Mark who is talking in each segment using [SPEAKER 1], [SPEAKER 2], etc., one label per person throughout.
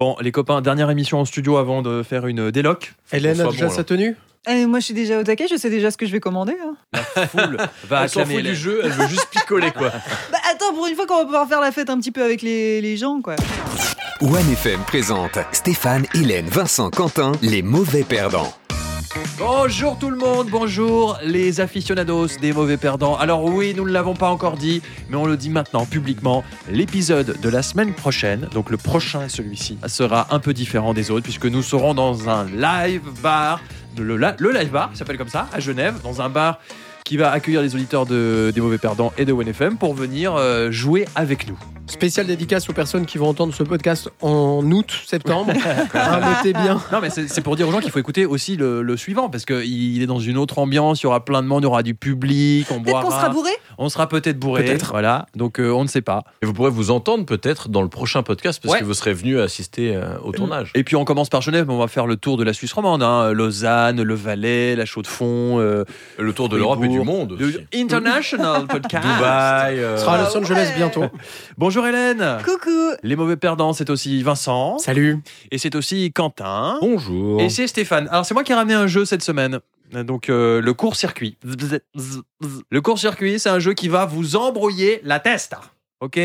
[SPEAKER 1] Bon, les copains, dernière émission en studio avant de faire une déloc.
[SPEAKER 2] Hélène
[SPEAKER 1] Qu'on
[SPEAKER 2] a
[SPEAKER 1] soit
[SPEAKER 2] déjà
[SPEAKER 1] bon,
[SPEAKER 2] sa tenue
[SPEAKER 3] Eh, moi, je suis déjà au taquet, je sais déjà ce que je vais commander. hein.
[SPEAKER 1] La foule va
[SPEAKER 4] Elle s'en
[SPEAKER 1] acclamer
[SPEAKER 4] fout
[SPEAKER 1] Hélène.
[SPEAKER 4] du jeu, elle veut juste picoler quoi.
[SPEAKER 3] Bah, attends, pour une fois qu'on va pouvoir faire la fête un petit peu avec les, les gens, quoi.
[SPEAKER 5] OneFM présente Stéphane, Hélène, Vincent, Quentin, les mauvais perdants.
[SPEAKER 1] Bonjour tout le monde, bonjour les aficionados des mauvais perdants. Alors oui, nous ne l'avons pas encore dit, mais on le dit maintenant publiquement. L'épisode de la semaine prochaine, donc le prochain celui-ci, sera un peu différent des autres puisque nous serons dans un live bar, le, la- le live bar, il s'appelle comme ça, à Genève, dans un bar qui va accueillir les auditeurs de, des mauvais perdants et de OneFM pour venir euh, jouer avec nous.
[SPEAKER 2] Spéciale dédicace aux personnes qui vont entendre ce podcast en août, septembre. Ah, Notez bien.
[SPEAKER 1] Non, mais c'est c'est pour dire aux gens qu'il faut écouter aussi le, le suivant parce qu'il est dans une autre ambiance, il y aura plein de monde, il y aura du public, on
[SPEAKER 3] Peut-être
[SPEAKER 1] boira.
[SPEAKER 3] qu'on sera bourré
[SPEAKER 1] On sera peut-être bourré.
[SPEAKER 4] Peut-être.
[SPEAKER 1] Voilà. Donc euh, on ne sait pas.
[SPEAKER 4] Et vous pourrez vous entendre peut-être dans le prochain podcast parce
[SPEAKER 1] Ouais.
[SPEAKER 4] que vous serez venu assister euh, au tournage.
[SPEAKER 1] Et puis on commence par Genève, mais on va faire le tour de la Suisse romande. hein. Lausanne, le Valais, la Chaux-de-Fonds. euh,
[SPEAKER 4] Le tour de l'Europe et du
[SPEAKER 1] Fribourg, Ah,
[SPEAKER 4] monde
[SPEAKER 1] le
[SPEAKER 4] aussi.
[SPEAKER 1] International Podcast.
[SPEAKER 4] Dubaï. euh,
[SPEAKER 2] Ce sera à Los
[SPEAKER 3] ouais.
[SPEAKER 2] Angeles bientôt.
[SPEAKER 1] Bonjour Hélène.
[SPEAKER 3] Coucou
[SPEAKER 1] Les mauvais perdants, c'est aussi Vincent.
[SPEAKER 2] Salut.
[SPEAKER 1] Et c'est aussi Quentin.
[SPEAKER 4] Bonjour.
[SPEAKER 1] Et c'est Stéphane. Alors c'est moi qui ai ramené un jeu cette semaine. Donc euh, le court-circuit. Le court-circuit, c'est un jeu qui va vous embrouiller la testa. Ok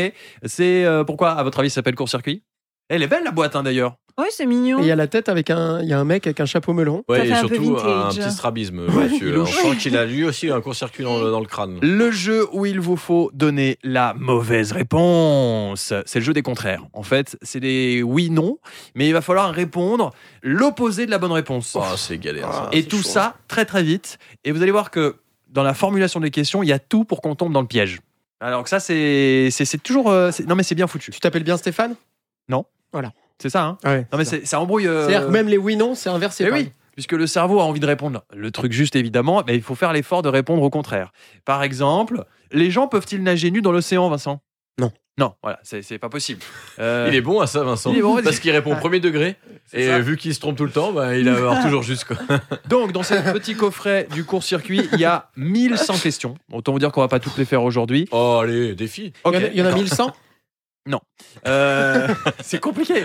[SPEAKER 1] C'est euh, pourquoi, à votre avis, ça s'appelle court-circuit Elle est belle la boîte hein, d'ailleurs.
[SPEAKER 3] Oui, c'est
[SPEAKER 2] Et
[SPEAKER 3] mignon.
[SPEAKER 2] il y a la tête avec un, il y a un mec avec un chapeau melon.
[SPEAKER 4] Ouais,
[SPEAKER 3] Ça
[SPEAKER 4] et
[SPEAKER 3] fait un peu
[SPEAKER 4] surtout un
[SPEAKER 3] vintage.
[SPEAKER 4] petit strabisme, monsieur.
[SPEAKER 1] il
[SPEAKER 4] On
[SPEAKER 1] ose-
[SPEAKER 4] sent qu'il a lui aussi un court-circuit dans, le- dans le crâne.
[SPEAKER 1] Le jeu où il vous faut donner la mauvaise réponse. C'est le jeu des contraires. En fait, c'est des oui-non, mais il va falloir répondre l'opposé de la bonne réponse.
[SPEAKER 4] Oh, c'est galère ça.
[SPEAKER 1] Et tout ça très très vite. Et vous allez voir que dans la formulation des questions, il y a tout pour qu'on tombe dans le piège. Alors que ça, c'est c'est- c'est toujours. euh, c'est- non, mais c'est bien foutu.
[SPEAKER 2] Tu t'appelles bien Stéphane
[SPEAKER 1] C'est ça, hein
[SPEAKER 2] Ouais.
[SPEAKER 1] Non, mais c'est- ça embrouille. euh,
[SPEAKER 2] C'est-à-dire que même les oui non, c'est inversé.
[SPEAKER 1] Eh
[SPEAKER 2] par
[SPEAKER 1] oui,
[SPEAKER 2] exemple.
[SPEAKER 1] puisque le cerveau a envie de répondre le truc juste évidemment, mais il faut faire l'effort de répondre au contraire. Par exemple, les gens peuvent-ils nager nus dans l'océan, Vincent
[SPEAKER 2] Non.
[SPEAKER 1] Non, voilà, c'est c'est pas possible. Euh,
[SPEAKER 4] Il est bon à ça, Vincent.
[SPEAKER 1] Il est bon, vas-y.
[SPEAKER 4] parce qu'il répond au premier degré.
[SPEAKER 1] C'est
[SPEAKER 4] Et
[SPEAKER 1] ça.
[SPEAKER 4] vu qu'il se trompe tout le temps, bah, il va avoir toujours juste. Quoi.
[SPEAKER 1] Donc, dans ce petit coffret du court-circuit, il y a 1100 questions. Autant vous dire qu'on va pas toutes les faire aujourd'hui.
[SPEAKER 4] Oh, allez, défi.
[SPEAKER 1] Ok.
[SPEAKER 2] Il y en a, il y en a 1100
[SPEAKER 1] Euh, c'est compliqué.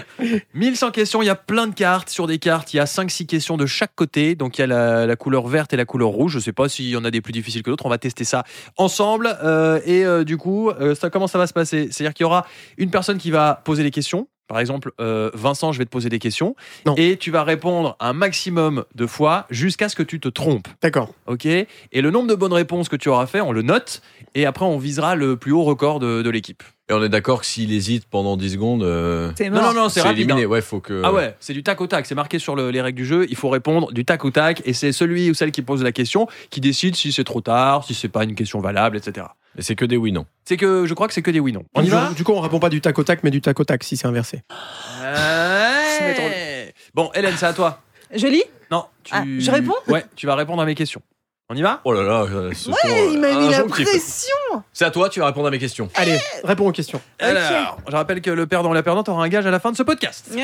[SPEAKER 1] 1100 questions, il y a plein de cartes. Sur des cartes, il y a 5-6 questions de chaque côté. Donc il y a la, la couleur verte et la couleur rouge. Je sais pas s'il y en a des plus difficiles que d'autres. On va tester ça ensemble. Euh, et euh, du coup, euh, ça, comment ça va se passer C'est-à-dire qu'il y aura une personne qui va poser les questions. Par exemple, euh, Vincent, je vais te poser des questions.
[SPEAKER 2] Non.
[SPEAKER 1] Et tu vas répondre un maximum de fois jusqu'à ce que tu te trompes.
[SPEAKER 2] D'accord.
[SPEAKER 1] OK Et le nombre de bonnes réponses que tu auras fait, on le note. Et après, on visera le plus haut record de, de l'équipe.
[SPEAKER 4] Et on est d'accord que s'il hésite pendant 10 secondes, euh,
[SPEAKER 3] C'est
[SPEAKER 1] Non,
[SPEAKER 3] mort.
[SPEAKER 1] non, non, c'est
[SPEAKER 4] c'est
[SPEAKER 1] rapide. hein.
[SPEAKER 4] éliminé. Ouais, faut que.
[SPEAKER 1] Ah ouais, c'est du tac au tac, c'est marqué sur le- les règles du jeu, il faut répondre du tac au tac, et c'est celui ou celle qui pose la question qui décide si c'est trop tard, si c'est pas une question valable, etc.
[SPEAKER 4] Et c'est que des oui, non.
[SPEAKER 1] C'est que je crois que c'est que des oui non. On y va
[SPEAKER 2] Du coup, on répond pas du tac au tac, mais du tac au tac si c'est inversé.
[SPEAKER 3] Ça va être
[SPEAKER 1] Bon, Hélène, c'est à toi.
[SPEAKER 3] Je lis
[SPEAKER 1] Non, tu...
[SPEAKER 3] Ah, je réponds
[SPEAKER 1] Ouais, tu vas répondre à mes questions. On y va
[SPEAKER 4] Oh là là. euh, ce
[SPEAKER 3] Ouais,
[SPEAKER 4] sont, euh,
[SPEAKER 3] il m'a
[SPEAKER 2] Ah,
[SPEAKER 3] mis la
[SPEAKER 4] injonctifs.
[SPEAKER 3] pression
[SPEAKER 4] C'est à toi, tu vas répondre à mes questions.
[SPEAKER 2] Allez, réponds aux questions.
[SPEAKER 1] Alors, je rappelle que le perdant ou la perdante aura un gage à la fin de ce podcast.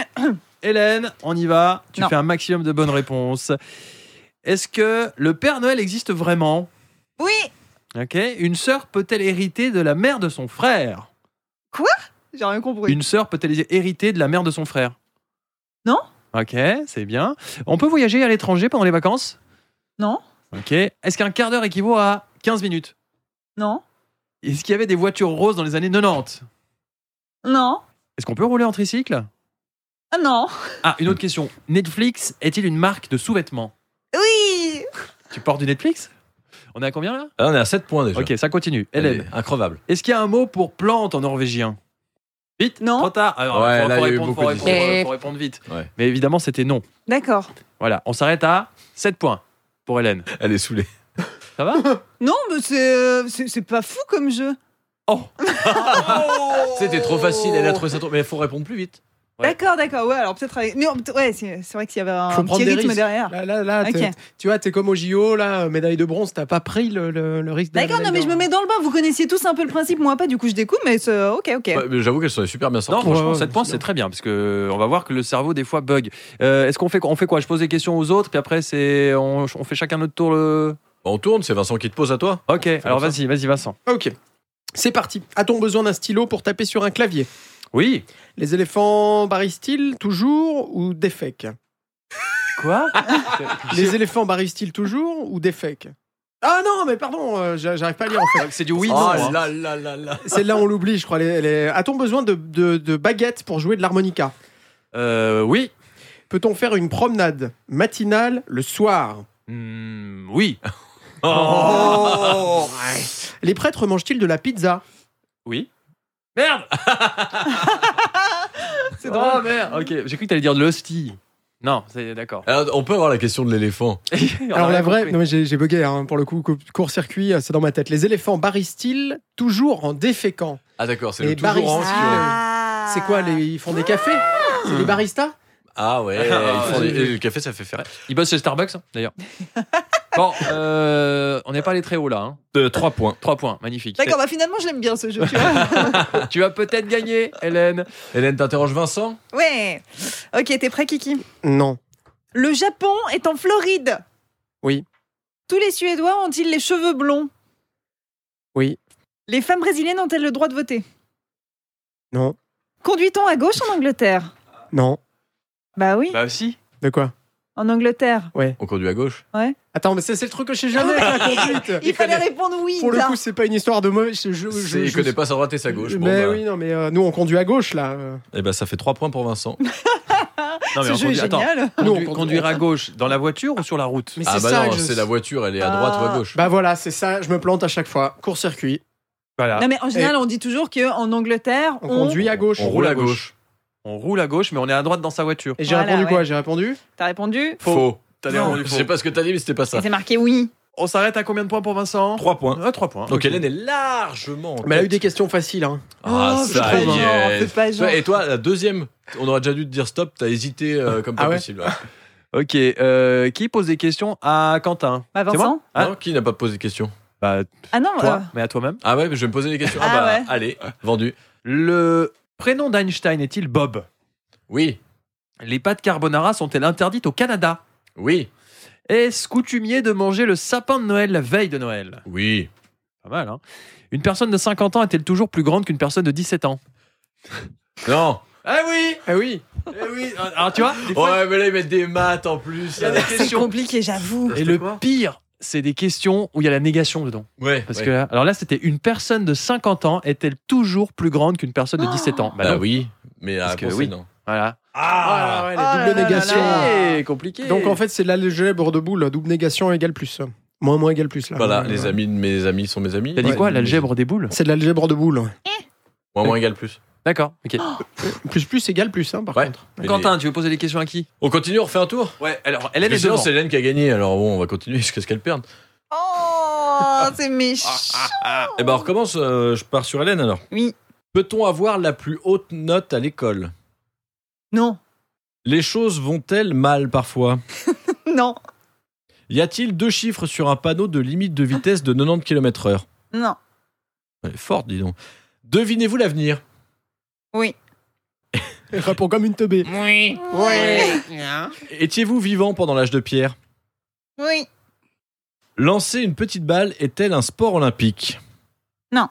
[SPEAKER 1] Hélène, on y va, tu
[SPEAKER 3] Non.
[SPEAKER 1] fais un maximum de bonnes réponses. Est-ce que le Père Noël existe vraiment
[SPEAKER 3] Oui
[SPEAKER 1] Ok. Une sœur peut-elle hériter de la mère de son frère
[SPEAKER 3] J'ai rien compris.
[SPEAKER 1] Une sœur peut-elle hériter de la mère de son frère
[SPEAKER 3] Non.
[SPEAKER 1] Ok, c'est bien. On peut voyager à l'étranger pendant les vacances
[SPEAKER 3] Non
[SPEAKER 1] Ok. Est-ce qu'un quart d'heure équivaut à 15 minutes
[SPEAKER 3] Non
[SPEAKER 1] Est-ce qu'il y avait des voitures roses dans les années 90
[SPEAKER 3] Non
[SPEAKER 1] Est-ce qu'on peut rouler en tricycle
[SPEAKER 3] Ah non
[SPEAKER 1] Ah, une autre question. Netflix est-il une marque de sous-vêtements
[SPEAKER 3] Oui
[SPEAKER 1] Tu portes du Netflix On est à combien là
[SPEAKER 4] Ah, on est à 7 points déjà.
[SPEAKER 1] Ok, ça continue.
[SPEAKER 4] Allez,
[SPEAKER 1] Hélène,
[SPEAKER 4] Increvable.
[SPEAKER 1] est-ce qu'il y a un mot pour plante en norvégien Vite
[SPEAKER 3] Non.
[SPEAKER 1] Trop tard Alors,
[SPEAKER 4] Ouais,
[SPEAKER 1] faut-
[SPEAKER 4] là,
[SPEAKER 1] faut
[SPEAKER 4] il y a eu
[SPEAKER 1] répondre, faut
[SPEAKER 4] beaucoup de
[SPEAKER 1] répondre,
[SPEAKER 3] discussions.
[SPEAKER 1] faut répondre vite.
[SPEAKER 4] Ouais.
[SPEAKER 1] Mais évidemment, c'était non.
[SPEAKER 3] D'accord.
[SPEAKER 1] Voilà, on s'arrête à 7 points pour Hélène.
[SPEAKER 4] Elle est saoulée.
[SPEAKER 1] Ça va
[SPEAKER 3] Non, mais c'est, euh, c'est, c'est pas fou comme jeu.
[SPEAKER 1] Oh
[SPEAKER 4] C'était trop facile, elle a trouvé ça trop. Mais il faut répondre plus vite.
[SPEAKER 1] Ouais.
[SPEAKER 3] D'accord, d'accord. Ouais, alors peut-être. avec- Mais on- ouais, c'est, c'est vrai qu'il y avait un
[SPEAKER 2] Faut prendre
[SPEAKER 3] petit
[SPEAKER 2] des
[SPEAKER 3] rythme
[SPEAKER 2] risques.
[SPEAKER 3] derrière.
[SPEAKER 2] Là, là, là, t'es-
[SPEAKER 3] Ok.
[SPEAKER 2] tu vois, t'es comme au JO, là, médaille de bronze, t'as pas pris le, le- le risque de la
[SPEAKER 3] D'accord, non,
[SPEAKER 2] médaille
[SPEAKER 3] mais je me
[SPEAKER 2] d'or.
[SPEAKER 3] mets dans le bain. Vous connaissiez tous un peu le principe, moi pas. Du coup, je découvre, mais c'est- ok, ok.
[SPEAKER 4] Ouais, mais J'avoue qu'elle serait super bien
[SPEAKER 1] Non,
[SPEAKER 4] sortie.
[SPEAKER 1] franchement,
[SPEAKER 2] ouais,
[SPEAKER 1] 7 points, c'est
[SPEAKER 2] sinon.
[SPEAKER 1] très bien, parce que on va voir que le cerveau, des fois, bug. Euh, Est-ce qu'on fait, on fait quoi Je pose des questions aux autres, puis après, c'est on, on fait chacun notre tour le...
[SPEAKER 4] Bah, On tourne, c'est Vincent qui te pose à toi.
[SPEAKER 1] Ok, alors
[SPEAKER 4] comme
[SPEAKER 1] vas-y, vas-y, Vincent.
[SPEAKER 2] Ok. C'est parti. A-t-on besoin d'un stylo pour taper sur un clavier
[SPEAKER 1] Oui.
[SPEAKER 2] Les éléphants barissent-ils toujours ou défèquent
[SPEAKER 1] Quoi
[SPEAKER 2] Les éléphants barissent-ils toujours ou défèquent Ah non, mais pardon, euh, j'a- j'arrive pas à lire en fait.
[SPEAKER 1] C'est du oui, non.
[SPEAKER 4] Oh
[SPEAKER 1] hein.
[SPEAKER 4] là là là là.
[SPEAKER 2] Celle-là, on l'oublie, je crois. les- les- A-t-on besoin de, de- de baguettes pour jouer de l'harmonica
[SPEAKER 1] Euh, oui.
[SPEAKER 2] Peut-on faire une promenade matinale le soir
[SPEAKER 4] Hmm, oui.
[SPEAKER 2] Oh Les prêtres mangent-ils de la pizza
[SPEAKER 1] Oui.
[SPEAKER 4] Merde
[SPEAKER 1] C'est drôle. Oh, merde. Ok, j'ai cru que t'allais dire de l'hostie. Non, c'est d'accord.
[SPEAKER 4] Alors, Euh, on peut avoir la question de l'éléphant.
[SPEAKER 2] Alors la vraie,
[SPEAKER 1] compris.
[SPEAKER 2] non mais j'ai j'ai bugué hein, pour le coup, cou- court-circuit, euh, c'est dans ma tête. Les éléphants barissent-ils toujours en déféquant
[SPEAKER 4] Ah d'accord, c'est
[SPEAKER 2] Les
[SPEAKER 4] le toujours en
[SPEAKER 2] baristas.
[SPEAKER 4] sur-
[SPEAKER 3] Ah.
[SPEAKER 2] C'est quoi les, Ils font des cafés C'est des baristas
[SPEAKER 4] Ah ouais,
[SPEAKER 1] Ah,
[SPEAKER 4] ils font
[SPEAKER 2] ouais.
[SPEAKER 4] des- le café ça fait faire.
[SPEAKER 1] Il bosse chez Starbucks, hein, d'ailleurs. bon, euh, on n'est pas allé très haut là. Hein.
[SPEAKER 4] 3 points.
[SPEAKER 1] Trois points, magnifique.
[SPEAKER 3] D'accord, bah finalement, je l'aime bien ce jeu, tu vois.
[SPEAKER 1] Tu as peut-être gagné, Hélène.
[SPEAKER 4] Hélène, t'interroges Vincent
[SPEAKER 3] Ouais. Ok, t'es prêt, Kiki
[SPEAKER 2] Non.
[SPEAKER 3] Le Japon est en Floride.
[SPEAKER 2] Oui.
[SPEAKER 3] Tous les Suédois ont-ils les cheveux blonds
[SPEAKER 2] Oui.
[SPEAKER 3] Les femmes brésiliennes ont-elles le droit de voter
[SPEAKER 2] Non.
[SPEAKER 3] Conduit-on à gauche en Angleterre
[SPEAKER 2] Non.
[SPEAKER 3] Bah oui,
[SPEAKER 1] Bah aussi.
[SPEAKER 2] De quoi
[SPEAKER 3] en Angleterre.
[SPEAKER 4] On conduit à gauche.
[SPEAKER 2] Attends, mais c'est c'est le truc que je sais jamais avec la conduite.
[SPEAKER 3] Il fallait répondre oui.
[SPEAKER 2] Pour le
[SPEAKER 3] là.
[SPEAKER 2] coup, c'est pas une histoire de mauvais. Je, je,
[SPEAKER 4] C'est-
[SPEAKER 2] je-
[SPEAKER 4] il
[SPEAKER 2] je-
[SPEAKER 4] connaît pas sa droite et sa gauche. Bon,
[SPEAKER 2] mais
[SPEAKER 4] bah,
[SPEAKER 2] oui, non, mais euh, nous on conduit à gauche là. euh.
[SPEAKER 4] Eh ben ça fait 3 points pour Vincent.
[SPEAKER 1] Non,
[SPEAKER 3] ce
[SPEAKER 1] on
[SPEAKER 3] jeu est
[SPEAKER 1] conduit- attends,
[SPEAKER 3] génial.
[SPEAKER 2] Nous, on
[SPEAKER 1] conduire,
[SPEAKER 2] conduit-
[SPEAKER 1] conduire à gauche dans la voiture ou sur la route
[SPEAKER 2] Mais
[SPEAKER 4] ah
[SPEAKER 2] c'est
[SPEAKER 4] bah
[SPEAKER 2] ça
[SPEAKER 4] non,
[SPEAKER 2] que je-
[SPEAKER 4] c'est la voiture, elle est à droite ou à gauche.
[SPEAKER 2] Bah voilà, c'est ça. Je me plante à chaque fois. Court-circuit.
[SPEAKER 1] Voilà.
[SPEAKER 4] Ah.
[SPEAKER 3] Non, mais en général, on dit toujours qu'en Angleterre,
[SPEAKER 2] On,
[SPEAKER 3] on,
[SPEAKER 2] conduit à gauche.
[SPEAKER 4] On roule à gauche.
[SPEAKER 1] On roule à gauche, mais on est à droite dans sa voiture.
[SPEAKER 2] Et j'ai
[SPEAKER 3] Voilà,
[SPEAKER 2] répondu quoi
[SPEAKER 3] ouais.
[SPEAKER 2] J'ai répondu.
[SPEAKER 3] T'as répondu
[SPEAKER 1] Faux. T'as l'air
[SPEAKER 4] Non,
[SPEAKER 1] rendu
[SPEAKER 4] Je
[SPEAKER 1] faux.
[SPEAKER 4] sais pas ce que t'as dit, mais c'était pas ça.
[SPEAKER 3] Et c'est marqué oui.
[SPEAKER 1] On s'arrête à combien de points pour Vincent
[SPEAKER 4] 3 points.
[SPEAKER 1] Ah, Trois points.
[SPEAKER 4] Donc
[SPEAKER 1] Ok.
[SPEAKER 4] Hélène est largement. en
[SPEAKER 2] Mais elle Bah, a eu
[SPEAKER 4] tête.
[SPEAKER 2] des questions faciles. Hein.
[SPEAKER 4] Ah,
[SPEAKER 3] Oh,
[SPEAKER 4] ça
[SPEAKER 3] fais pas
[SPEAKER 4] y
[SPEAKER 3] genre,
[SPEAKER 4] est.
[SPEAKER 3] fais pas genre.
[SPEAKER 4] Toi- Et toi, la deuxième, on aurait déjà dû te dire stop, t'as hésité euh, comme pas
[SPEAKER 2] Ah ouais
[SPEAKER 4] possible. ouais.
[SPEAKER 1] Ok, euh, qui pose des questions à Quentin
[SPEAKER 3] Bah,
[SPEAKER 1] C'est
[SPEAKER 3] Vincent
[SPEAKER 1] moi Hein
[SPEAKER 4] Non, qui n'a pas posé de questions
[SPEAKER 1] Bah,
[SPEAKER 3] Ah non,
[SPEAKER 1] toi,
[SPEAKER 3] euh,
[SPEAKER 1] mais à toi-même.
[SPEAKER 4] Ah ouais, mais je vais me poser des questions. Ah,
[SPEAKER 3] Ah
[SPEAKER 4] bah
[SPEAKER 3] ouais.
[SPEAKER 4] allez, vendu.
[SPEAKER 1] Le prénom d'Einstein est-il Bob
[SPEAKER 4] Oui,
[SPEAKER 1] Les pâtes carbonara sont-elles interdites au Canada
[SPEAKER 4] oui,
[SPEAKER 1] Est-ce coutumier de manger le sapin de Noël la veille de Noël
[SPEAKER 4] oui.
[SPEAKER 1] Pas mal, hein Une personne de 50 ans est-elle toujours plus grande qu'une personne de 17 ans
[SPEAKER 4] Non.
[SPEAKER 1] Ah oui
[SPEAKER 2] Ah oui.
[SPEAKER 1] Eh oui Alors tu vois, des fois,
[SPEAKER 4] Ouais, mais là, ils mettent des maths en plus.
[SPEAKER 1] il y a des
[SPEAKER 3] c'est
[SPEAKER 1] questions.
[SPEAKER 3] compliqué, j'avoue.
[SPEAKER 1] Et le pire, c'est des questions où il y a la négation dedans.
[SPEAKER 4] Ouais,
[SPEAKER 1] Parce
[SPEAKER 4] ouais.
[SPEAKER 1] que là, alors là, c'était une personne de 50 ans est-elle toujours plus grande qu'une personne de 17 ans
[SPEAKER 4] Bah
[SPEAKER 1] non.
[SPEAKER 4] oui, mais la
[SPEAKER 1] Parce que
[SPEAKER 4] réponse
[SPEAKER 1] oui.
[SPEAKER 4] est non.
[SPEAKER 1] Voilà.
[SPEAKER 2] Ah, ouais, les doubles
[SPEAKER 3] là là
[SPEAKER 2] négations.
[SPEAKER 3] là
[SPEAKER 1] C'est compliqué.
[SPEAKER 2] Donc en fait, c'est la l'algèbre de boule. Double négation égale plus. Moins moins égale plus là.
[SPEAKER 4] Voilà,
[SPEAKER 2] Ouais,
[SPEAKER 4] les
[SPEAKER 2] ouais.
[SPEAKER 4] amis de mes amis sont mes amis.
[SPEAKER 1] t'as dit
[SPEAKER 4] Ouais.
[SPEAKER 1] quoi L'algèbre des boules
[SPEAKER 2] C'est de l'algèbre de boule.
[SPEAKER 4] Moins, moins égale plus.
[SPEAKER 1] D'accord. Ok.
[SPEAKER 2] Plus plus égale plus, hein, par
[SPEAKER 4] Ouais.
[SPEAKER 2] contre.
[SPEAKER 4] Mais les-
[SPEAKER 1] Quentin, tu veux poser des questions à qui
[SPEAKER 4] On continue, on refait un tour
[SPEAKER 1] Ouais. Alors, Hélène est
[SPEAKER 4] Parce que sinon,
[SPEAKER 1] devant.
[SPEAKER 4] c'est Hélène qui a gagné, alors bon, on va continuer jusqu'à ce qu'elle perde.
[SPEAKER 3] Oh, c'est méchant.
[SPEAKER 4] Eh ben, on recommence, euh, je pars sur Hélène alors.
[SPEAKER 3] Oui.
[SPEAKER 4] Peut-on avoir la plus haute note à l'école
[SPEAKER 3] Non,
[SPEAKER 4] Les choses vont-elles mal parfois
[SPEAKER 3] non,
[SPEAKER 4] Y a-t-il deux chiffres sur un panneau de limite de vitesse de 90 km/h
[SPEAKER 3] non.
[SPEAKER 4] Elle est Forte, dis donc. Devinez-vous l'avenir
[SPEAKER 2] Elle répond comme une teubée.
[SPEAKER 6] Oui.
[SPEAKER 4] Étiez-vous vivant pendant l'âge de pierre
[SPEAKER 3] Oui,
[SPEAKER 4] Lancer une petite balle est-elle un sport olympique
[SPEAKER 3] Non.